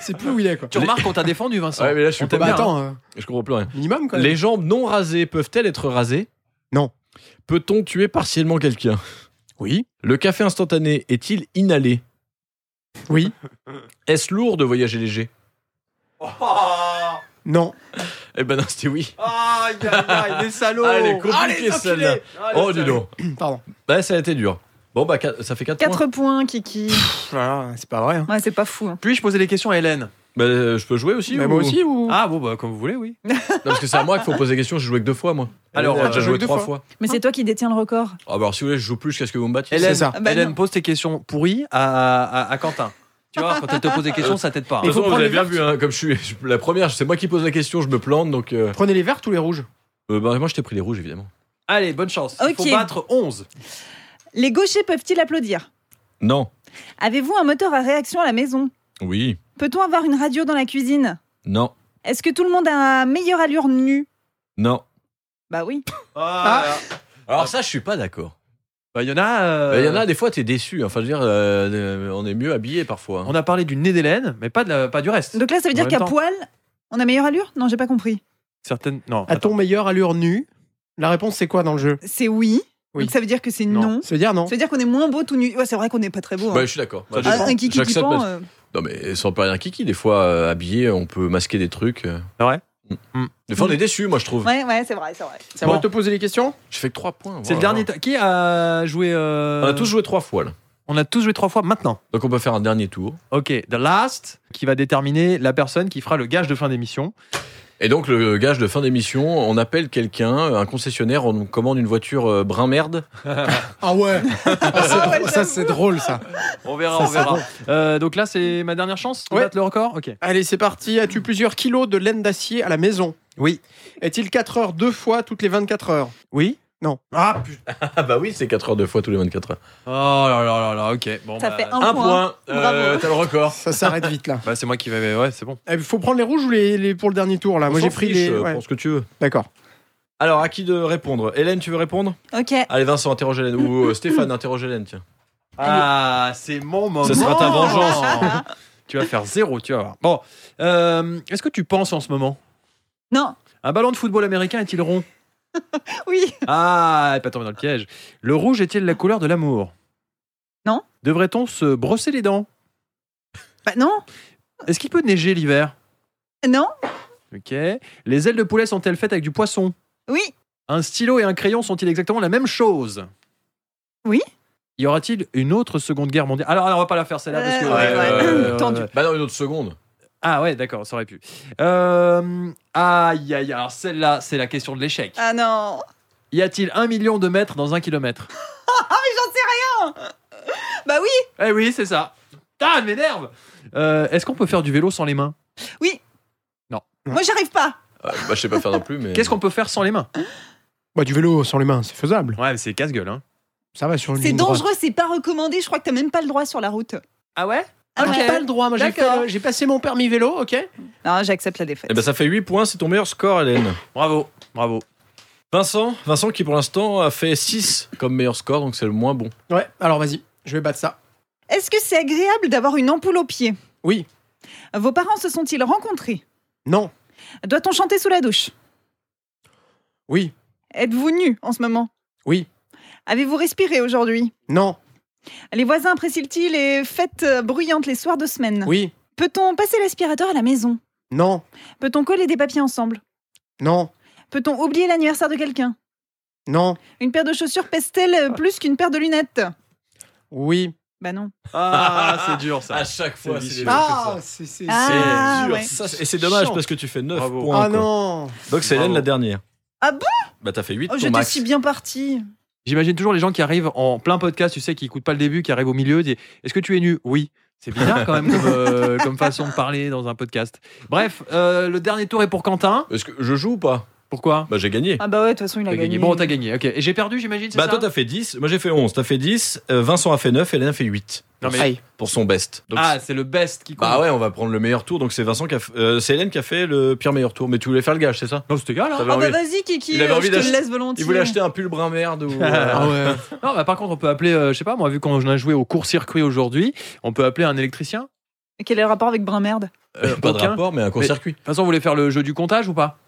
[SPEAKER 2] C'est plus où il est quoi.
[SPEAKER 1] tu remarques qu'on t'a défendu, Vincent.
[SPEAKER 7] Ouais, mais là je suis
[SPEAKER 1] On
[SPEAKER 7] pas
[SPEAKER 1] t'aime bien,
[SPEAKER 2] Bah
[SPEAKER 7] bien.
[SPEAKER 2] attends, euh,
[SPEAKER 7] Je comprends plus rien.
[SPEAKER 2] minimum quand même.
[SPEAKER 4] hein. Les jambes non rasées peuvent-elles être rasées
[SPEAKER 2] Non.
[SPEAKER 4] Peut-on tuer partiellement quelqu'un
[SPEAKER 2] Oui.
[SPEAKER 4] Le café instantané est-il inhalé
[SPEAKER 2] Oui.
[SPEAKER 4] Est-ce lourd de voyager léger
[SPEAKER 1] Ah,
[SPEAKER 2] Non.
[SPEAKER 4] Eh ben non, c'était oui.
[SPEAKER 1] aïe, aïe, aïe, les salauds.
[SPEAKER 4] Ah, elle est compliquée celle-là.
[SPEAKER 1] Ah, les
[SPEAKER 4] Oh, dis
[SPEAKER 1] salauds.
[SPEAKER 4] donc.
[SPEAKER 2] Pardon.
[SPEAKER 4] Bah, ça a été dur. Bon, bah, quatre- ça fait 4 points.
[SPEAKER 3] Quatre points, Kiki.
[SPEAKER 2] c'est pas vrai.
[SPEAKER 3] Ouais, c'est pas fou. hein.
[SPEAKER 1] Puis-je poser des questions à Hélène
[SPEAKER 4] Bah, euh, je peux jouer aussi ou-
[SPEAKER 2] moi aussi ou
[SPEAKER 1] Ah bon, bah, comme vous voulez, oui.
[SPEAKER 7] Non, parce que c'est à moi qu'il faut poser des questions, j'ai joué que deux fois moi.
[SPEAKER 1] Alors,
[SPEAKER 7] on a
[SPEAKER 1] euh,
[SPEAKER 7] déjà
[SPEAKER 2] joué
[SPEAKER 7] joué
[SPEAKER 2] que deux
[SPEAKER 7] trois
[SPEAKER 2] fois.
[SPEAKER 7] fois.
[SPEAKER 3] Mais c'est toi qui détiens le record.
[SPEAKER 7] Ah bah alors si vous voulez, je joue plus jusqu'à ce que vous me battiez.
[SPEAKER 1] Hélène,
[SPEAKER 2] ça.
[SPEAKER 3] Ah bah
[SPEAKER 1] Hélène
[SPEAKER 3] non.
[SPEAKER 1] pose tes questions pourries à, à- à Quentin. Tu vois, quand elle te pose des questions, ça t'aide pas.
[SPEAKER 7] De
[SPEAKER 2] Il
[SPEAKER 7] toute façon,
[SPEAKER 2] faut
[SPEAKER 7] vous avez
[SPEAKER 2] prendre les
[SPEAKER 7] bien vu, hein, comme je suis je- la première, c'est moi qui pose la question, je me plante, donc... euh,
[SPEAKER 2] Prenez les verts ou les rouges
[SPEAKER 7] euh, bah, moi, je t'ai pris les rouges, évidemment.
[SPEAKER 1] Allez, bonne chance. Il faut
[SPEAKER 3] Ok.
[SPEAKER 1] battre 11.
[SPEAKER 3] Les gauchers peuvent-ils applaudir
[SPEAKER 7] Non.
[SPEAKER 3] Avez-vous un moteur à réaction à la maison
[SPEAKER 7] Oui.
[SPEAKER 3] Peut-on avoir une radio dans la cuisine
[SPEAKER 7] Non.
[SPEAKER 3] Est-ce que tout le monde a un meilleur allure nu
[SPEAKER 7] Non.
[SPEAKER 3] Bah oui.
[SPEAKER 1] Ah.
[SPEAKER 7] Alors ça, je suis pas d'accord.
[SPEAKER 1] Bah, Il y en a.
[SPEAKER 7] Il
[SPEAKER 1] euh,
[SPEAKER 7] y en a, des fois, t'es déçu. Enfin, je veux dire, euh, euh, on est mieux habillé parfois. hein.
[SPEAKER 1] On a parlé du nez d'Hélène, mais pas, de la- pas du reste.
[SPEAKER 3] Donc là, ça veut
[SPEAKER 1] En
[SPEAKER 3] dire
[SPEAKER 1] même
[SPEAKER 3] qu'à
[SPEAKER 1] temps.
[SPEAKER 3] poil, on a meilleure allure Non, j'ai pas compris.
[SPEAKER 1] Certaines. Non.
[SPEAKER 2] À ton meilleur allure nue. La réponse c'est quoi dans le jeu
[SPEAKER 3] C'est oui.
[SPEAKER 2] Oui.
[SPEAKER 3] Donc ça veut dire que c'est non.
[SPEAKER 1] Non.
[SPEAKER 2] Ça veut dire non.
[SPEAKER 3] Ça veut dire qu'on est moins beau tout nu. Ouais, c'est vrai qu'on n'est pas très beau. hein.
[SPEAKER 7] Ouais, je suis d'accord.
[SPEAKER 1] Ça
[SPEAKER 7] Bah,
[SPEAKER 3] un,
[SPEAKER 1] dépend.
[SPEAKER 3] un kiki qui
[SPEAKER 7] J'accepte.
[SPEAKER 3] pend, euh,
[SPEAKER 7] Non, mais sans parler un kiki, des fois, euh, habillé, on peut masquer des trucs. euh.
[SPEAKER 1] C'est vrai
[SPEAKER 4] Des fois, on est déçus, moi, je trouve.
[SPEAKER 3] Ouais, ouais, c'est vrai, c'est vrai.
[SPEAKER 2] Ça
[SPEAKER 1] Bon.
[SPEAKER 2] va te poser les questions
[SPEAKER 4] Je fais que 3 points.
[SPEAKER 1] C'est le
[SPEAKER 4] voilà.
[SPEAKER 1] dernier. ta- Qui a joué euh,
[SPEAKER 4] On a tous joué 3 fois, là.
[SPEAKER 1] on a tous joué trois fois maintenant.
[SPEAKER 4] Donc, on peut faire un dernier tour.
[SPEAKER 1] Ok, The Last, qui va déterminer la personne qui fera le gage de fin d'émission.
[SPEAKER 4] Et donc, le gage de fin d'émission, on appelle quelqu'un, un concessionnaire, on commande une voiture euh, brun merde.
[SPEAKER 2] Ah ouais
[SPEAKER 3] Ah ouais,
[SPEAKER 2] Ça, c'est drôle, ça.
[SPEAKER 1] On verra, on verra. Euh, donc là, c'est ma dernière chance de
[SPEAKER 2] Ouais.
[SPEAKER 1] battre le record Ok.
[SPEAKER 2] Allez, c'est parti. As-tu plusieurs kilos de laine d'acier à la maison
[SPEAKER 1] Oui.
[SPEAKER 2] Est-il 4 heures deux fois toutes les 24 heures
[SPEAKER 1] Oui
[SPEAKER 2] Non.
[SPEAKER 1] Ah putain.
[SPEAKER 4] Ah, bah oui, c'est 4 heures de fois tous les 24 heures.
[SPEAKER 1] Oh là là là là, ok. Bon,
[SPEAKER 3] Ça
[SPEAKER 1] bah,
[SPEAKER 3] fait un,
[SPEAKER 4] Un
[SPEAKER 3] point.
[SPEAKER 4] point, euh,
[SPEAKER 3] Bravo.
[SPEAKER 4] t'as le record.
[SPEAKER 2] Ça s'arrête vite, là.
[SPEAKER 1] bah, c'est moi qui vais. Ouais, c'est bon.
[SPEAKER 2] Il Eh, faut prendre les rouges ou les, les- pour le dernier tour, là Ah, Moi,
[SPEAKER 4] On
[SPEAKER 2] j'ai
[SPEAKER 4] s'en
[SPEAKER 2] pris
[SPEAKER 4] fiche,
[SPEAKER 2] les.
[SPEAKER 4] euh,
[SPEAKER 2] ouais.
[SPEAKER 4] Prends ce que tu veux.
[SPEAKER 2] D'accord.
[SPEAKER 4] Alors, à qui de répondre Hélène, tu veux répondre
[SPEAKER 3] Ok.
[SPEAKER 4] Allez, Vincent, interroge Hélène. Ou euh, Stéphane, interroge Hélène, tiens.
[SPEAKER 1] Ah, c'est mon moment.
[SPEAKER 4] Ça sera ta
[SPEAKER 1] vengeance. tu vas faire zéro, tu vas voir. Bon, euh, est-ce que tu penses en ce moment
[SPEAKER 3] Non,
[SPEAKER 1] Un ballon de football américain est-il rond
[SPEAKER 3] oui.
[SPEAKER 1] Ah, elle est pas tombée dans le piège. Le rouge est-il la couleur de l'amour
[SPEAKER 3] Non.
[SPEAKER 1] Devrait-on se brosser les dents
[SPEAKER 3] Bah non,
[SPEAKER 1] Est-ce qu'il peut neiger l'hiver
[SPEAKER 3] non,
[SPEAKER 1] Ok. Les ailes de poulet sont-elles faites avec du poisson
[SPEAKER 3] oui.
[SPEAKER 1] Un stylo et un crayon sont-ils exactement la même chose
[SPEAKER 3] Oui.
[SPEAKER 1] Y aura-t-il une autre seconde guerre mondiale Alors, alors, on va pas la faire celle-là parce que.
[SPEAKER 3] Euh,
[SPEAKER 4] ouais, ouais.
[SPEAKER 3] Tendu.
[SPEAKER 4] Bah non, une autre seconde.
[SPEAKER 1] Ah ouais, d'accord, ça aurait pu. Euh, aïe, aïe, alors celle-là, c'est la question de l'échec.
[SPEAKER 3] Ah non.
[SPEAKER 1] Y a-t-il un million de mètres dans un kilomètre
[SPEAKER 3] Bah oui,
[SPEAKER 1] Eh oui, c'est ça. Ah, elle m'énerve Euh, Est-ce qu'on peut faire du vélo sans les mains
[SPEAKER 3] moi j'arrive pas.
[SPEAKER 4] Euh, bah, je sais pas faire non plus, mais.
[SPEAKER 1] Qu'est-ce qu'on peut faire sans les mains
[SPEAKER 2] Bah, du vélo sans les mains, c'est faisable.
[SPEAKER 1] Ouais, mais c'est casse-gueule, hein.
[SPEAKER 2] Ça va sur une
[SPEAKER 3] C'est
[SPEAKER 2] ligne droite.
[SPEAKER 3] dangereux, c'est pas recommandé. Je crois que t'as même pas le droit sur la route.
[SPEAKER 1] Ah ouais
[SPEAKER 3] Ah,
[SPEAKER 2] J'ai
[SPEAKER 3] ouais.
[SPEAKER 2] pas le droit. Moi, j'ai
[SPEAKER 3] D'accord.
[SPEAKER 2] fait le- j'ai passé mon permis vélo, ok
[SPEAKER 3] Non, j'accepte la défaite.
[SPEAKER 4] Eh ben, ça fait 8 points, c'est ton meilleur score, Hélène.
[SPEAKER 1] Bravo, bravo.
[SPEAKER 4] Vincent, Vincent qui pour l'instant a fait 6 comme meilleur score, donc c'est le moins bon.
[SPEAKER 2] Ouais, alors vas-y, je vais battre ça.
[SPEAKER 3] Est-ce que c'est agréable d'avoir une ampoule au pied
[SPEAKER 2] Oui.
[SPEAKER 3] Vos parents se sont-ils rencontrés
[SPEAKER 2] Non.
[SPEAKER 3] Doit-on chanter sous la douche
[SPEAKER 2] Oui.
[SPEAKER 3] Êtes-vous nu en ce moment
[SPEAKER 2] Oui.
[SPEAKER 3] Avez-vous respiré aujourd'hui
[SPEAKER 2] Non.
[SPEAKER 3] Les voisins apprécient-ils les fêtes euh, bruyantes les soirs de semaine
[SPEAKER 2] Oui.
[SPEAKER 3] Peut-on passer l'aspirateur à la maison
[SPEAKER 2] Non.
[SPEAKER 3] Peut-on coller des papiers ensemble
[SPEAKER 2] Non.
[SPEAKER 3] Peut-on oublier l'anniversaire de quelqu'un
[SPEAKER 2] Non.
[SPEAKER 3] Une paire de chaussures pèse-t-elle euh, plus qu'une paire de lunettes
[SPEAKER 2] Oui.
[SPEAKER 3] Bah non.
[SPEAKER 1] Ah, c'est dur ça.
[SPEAKER 4] chaque
[SPEAKER 1] fois, c'est des-
[SPEAKER 2] Ah, c'est. c'est-
[SPEAKER 3] Ah.
[SPEAKER 4] C'est dur.
[SPEAKER 3] ouais.
[SPEAKER 4] Ça, c'est- et c'est dommage
[SPEAKER 2] Chiant.
[SPEAKER 4] parce que tu fais 9
[SPEAKER 1] Bravo.
[SPEAKER 4] points.
[SPEAKER 2] Ah
[SPEAKER 4] quoi.
[SPEAKER 2] non.
[SPEAKER 4] Donc c'est Hélène
[SPEAKER 1] Bravo.
[SPEAKER 4] la dernière.
[SPEAKER 3] Ah bon
[SPEAKER 4] Bah t'as fait 8
[SPEAKER 3] Oh,
[SPEAKER 4] ton
[SPEAKER 3] j'étais
[SPEAKER 4] max.
[SPEAKER 3] si bien partie.
[SPEAKER 1] J'imagine toujours les gens qui arrivent en plein podcast, tu sais, qui écoutent pas le début, qui arrivent au milieu, disent Est-ce que tu es nu Oui. C'est bizarre quand même comme, euh, comme façon de parler dans un podcast. Bref, euh, le dernier tour est pour Quentin.
[SPEAKER 4] Est-ce que je joue ou pas
[SPEAKER 1] Pourquoi
[SPEAKER 4] Bah j'ai gagné.
[SPEAKER 3] Ah bah ouais, de toute façon, il a
[SPEAKER 1] T'as
[SPEAKER 3] gagné.
[SPEAKER 1] gagné. Bon, t'as gagné. Ok. Et j'ai perdu, j'imagine. c'est
[SPEAKER 4] bah
[SPEAKER 1] ça
[SPEAKER 4] toi t'as fait 10, moi j'ai fait 11, t'as fait 10, euh, Vincent a fait 9, Hélène a fait 8
[SPEAKER 1] Non, mais-
[SPEAKER 2] Aïe.
[SPEAKER 4] pour son best. Donc,
[SPEAKER 1] Ah,
[SPEAKER 4] c'est-
[SPEAKER 1] c'est le best qui compte.
[SPEAKER 4] bah ouais, on va prendre le meilleur tour, donc c'est Vincent qui a fait- euh, c'est Hélène qui a fait le pire meilleur tour, mais tu voulais faire le gage, c'est ça
[SPEAKER 1] Non, c'était égal. hein.
[SPEAKER 4] T'avais
[SPEAKER 3] Ah bah
[SPEAKER 4] envie.
[SPEAKER 3] vas-y, Kiki,
[SPEAKER 4] Il avait
[SPEAKER 3] euh,
[SPEAKER 4] envie
[SPEAKER 3] je te le
[SPEAKER 4] d'acheter-
[SPEAKER 3] laisse volontiers.
[SPEAKER 4] Il voulait acheter un pull brun merde ou euh,
[SPEAKER 2] Ah ouais.
[SPEAKER 1] bah. Non, bah par contre, on peut appeler, euh, je sais pas, moi, vu qu'on a joué au court-circuit aujourd'hui, on peut appeler un électricien.
[SPEAKER 3] Quel est le rapport avec Brin Merde
[SPEAKER 1] Euh,
[SPEAKER 4] pas de
[SPEAKER 1] aucun.
[SPEAKER 4] rapport mais un court-circuit.
[SPEAKER 1] De toute façon, vous voulez faire le jeu du comptage ou pas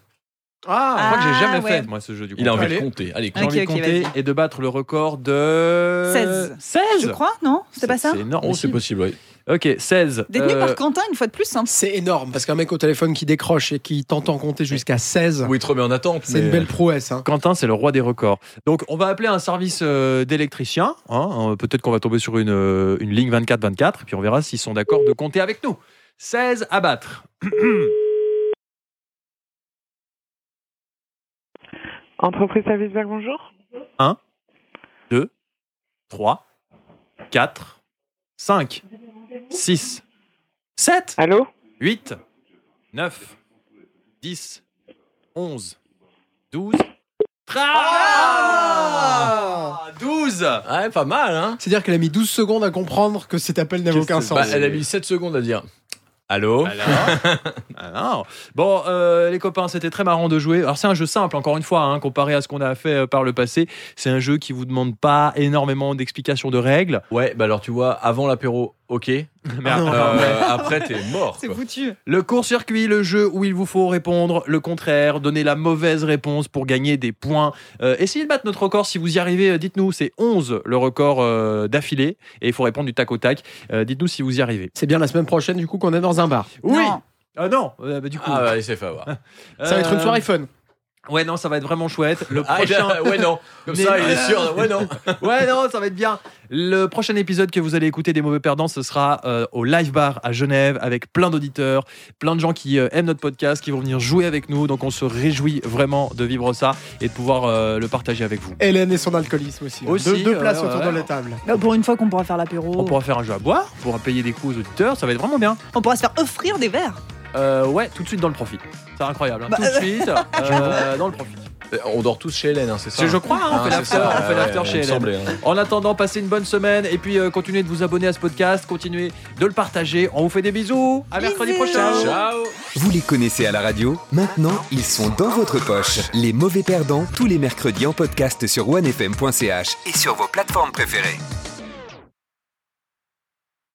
[SPEAKER 2] Ah.
[SPEAKER 1] Je crois que j'ai
[SPEAKER 3] Ah,
[SPEAKER 1] jamais
[SPEAKER 3] ouais.
[SPEAKER 1] fait, moi, ce jeu du comptage.
[SPEAKER 4] Il a envie
[SPEAKER 2] Allez.
[SPEAKER 4] de compter. Allez,
[SPEAKER 1] J'ai
[SPEAKER 3] Ok,
[SPEAKER 1] envie de
[SPEAKER 3] ok,
[SPEAKER 1] compter
[SPEAKER 3] vas-y.
[SPEAKER 1] et de battre le record de.
[SPEAKER 3] 16.
[SPEAKER 1] 16
[SPEAKER 3] Je crois, non C'est pas ça
[SPEAKER 1] C'est énorme.
[SPEAKER 4] Oui,
[SPEAKER 1] aussi.
[SPEAKER 4] c'est possible, oui.
[SPEAKER 1] Ok, 16.
[SPEAKER 3] Détenu
[SPEAKER 1] Euh,
[SPEAKER 3] par Quentin, une fois de plus. hein.
[SPEAKER 2] C'est énorme parce qu'un mec au téléphone qui décroche et qui t'entend compter jusqu'à 16,
[SPEAKER 4] Oui, trop bien en attente.
[SPEAKER 2] c'est
[SPEAKER 4] mais-
[SPEAKER 2] une belle prouesse. hein.
[SPEAKER 1] Quentin, c'est le roi des records. Donc, on va appeler un service euh, d'électricien. hein, hein, Peut-être qu'on va tomber sur une, euh, une ligne 24-24, et puis on verra s'ils sont d'accord de compter avec nous. 16 à battre.
[SPEAKER 8] Entreprise Service Bac, bonjour.
[SPEAKER 1] 3, 4, 5, 6, 7,
[SPEAKER 8] Allô
[SPEAKER 1] 8, 9, 10, 11, 12, 13 12
[SPEAKER 4] Ouais, pas mal, hein
[SPEAKER 2] C'est-à-dire qu'elle a mis 12 secondes à comprendre que cet appel n'avait
[SPEAKER 1] Qu'est-ce
[SPEAKER 2] aucun
[SPEAKER 1] que-
[SPEAKER 2] sens.
[SPEAKER 4] Bah, elle a mis 7 secondes à dire Allô
[SPEAKER 1] Alors, alors. Bon, euh, les copains, c'était très marrant de jouer. Alors, c'est un jeu simple, encore une fois, hein, comparé à ce qu'on a fait euh, par le passé. C'est un jeu qui vous demande pas énormément d'explications de règles.
[SPEAKER 4] Ouais, bah alors tu vois, avant l'apéro, ok.
[SPEAKER 1] Mais après,
[SPEAKER 4] Euh, après, t'es mort.
[SPEAKER 3] C'est
[SPEAKER 4] quoi.
[SPEAKER 3] foutu.
[SPEAKER 1] Le court-circuit, le jeu où il vous faut répondre le contraire, donner la mauvaise réponse pour gagner des points. Euh, essayez de battre notre record si vous y arrivez, euh, dites-nous. C'est 11 le record euh, d'affilée et il faut répondre du tac au tac. Euh, dites-nous si vous y arrivez.
[SPEAKER 2] C'est bien la semaine prochaine du coup qu'on est dans un bar.
[SPEAKER 1] Oui
[SPEAKER 3] Non.
[SPEAKER 1] Ah non, euh, bah, du coup.
[SPEAKER 7] Ah, bah, il s'est fait avoir.
[SPEAKER 2] Ça va être une
[SPEAKER 1] Euh,
[SPEAKER 2] soirée fun.
[SPEAKER 1] Ouais, non, ça va être vraiment chouette. Le
[SPEAKER 7] Ah, il
[SPEAKER 1] prochain.
[SPEAKER 7] a- ouais, non. Comme ça, il est sûr. Ouais, non.
[SPEAKER 1] Ouais, non, ça va être bien. Le prochain épisode que vous allez écouter des Mauvais Perdants, ce sera euh, au Live Bar à Genève avec plein d'auditeurs, plein de gens qui euh, aiment notre podcast, qui vont venir jouer avec nous. Donc on se réjouit vraiment de vivre ça et de pouvoir euh, le partager avec vous.
[SPEAKER 2] Hélène et son alcoolisme aussi.
[SPEAKER 1] Aussi,
[SPEAKER 2] deux, deux
[SPEAKER 1] ouais,
[SPEAKER 2] places
[SPEAKER 1] ouais,
[SPEAKER 2] autour
[SPEAKER 1] ouais.
[SPEAKER 2] de la table.
[SPEAKER 3] Bah, Pour une fois qu'on pourra faire l'apéro,
[SPEAKER 1] On pourra faire un jeu à boire, on pourra payer des coûts aux auditeurs, ça va être vraiment bien.
[SPEAKER 3] on pourra se faire offrir des verres.
[SPEAKER 1] Euh, ouais, tout de suite dans le profit. C'est incroyable, hein.
[SPEAKER 3] Bah,
[SPEAKER 1] tout de suite euh, dans le profit.
[SPEAKER 7] On dort tous chez Hélène, hein, c'est ça
[SPEAKER 1] Je crois, hein, on fait
[SPEAKER 7] c'est
[SPEAKER 1] l'after,
[SPEAKER 7] ça,
[SPEAKER 1] on fait
[SPEAKER 7] ouais,
[SPEAKER 1] l'after
[SPEAKER 7] ouais,
[SPEAKER 1] chez
[SPEAKER 7] il me
[SPEAKER 1] Hélène.
[SPEAKER 7] semblait, hein.
[SPEAKER 1] En attendant, passez une bonne semaine et puis euh, continuez de vous abonner à ce podcast, continuez de le partager. On vous fait des bisous. À mercredi
[SPEAKER 3] Bisous.
[SPEAKER 1] prochain.
[SPEAKER 7] Ciao
[SPEAKER 5] Vous les connaissez à la radio Maintenant, ils sont dans votre poche. Les mauvais perdants, tous les mercredis en podcast sur onefm.ch et sur vos plateformes préférées.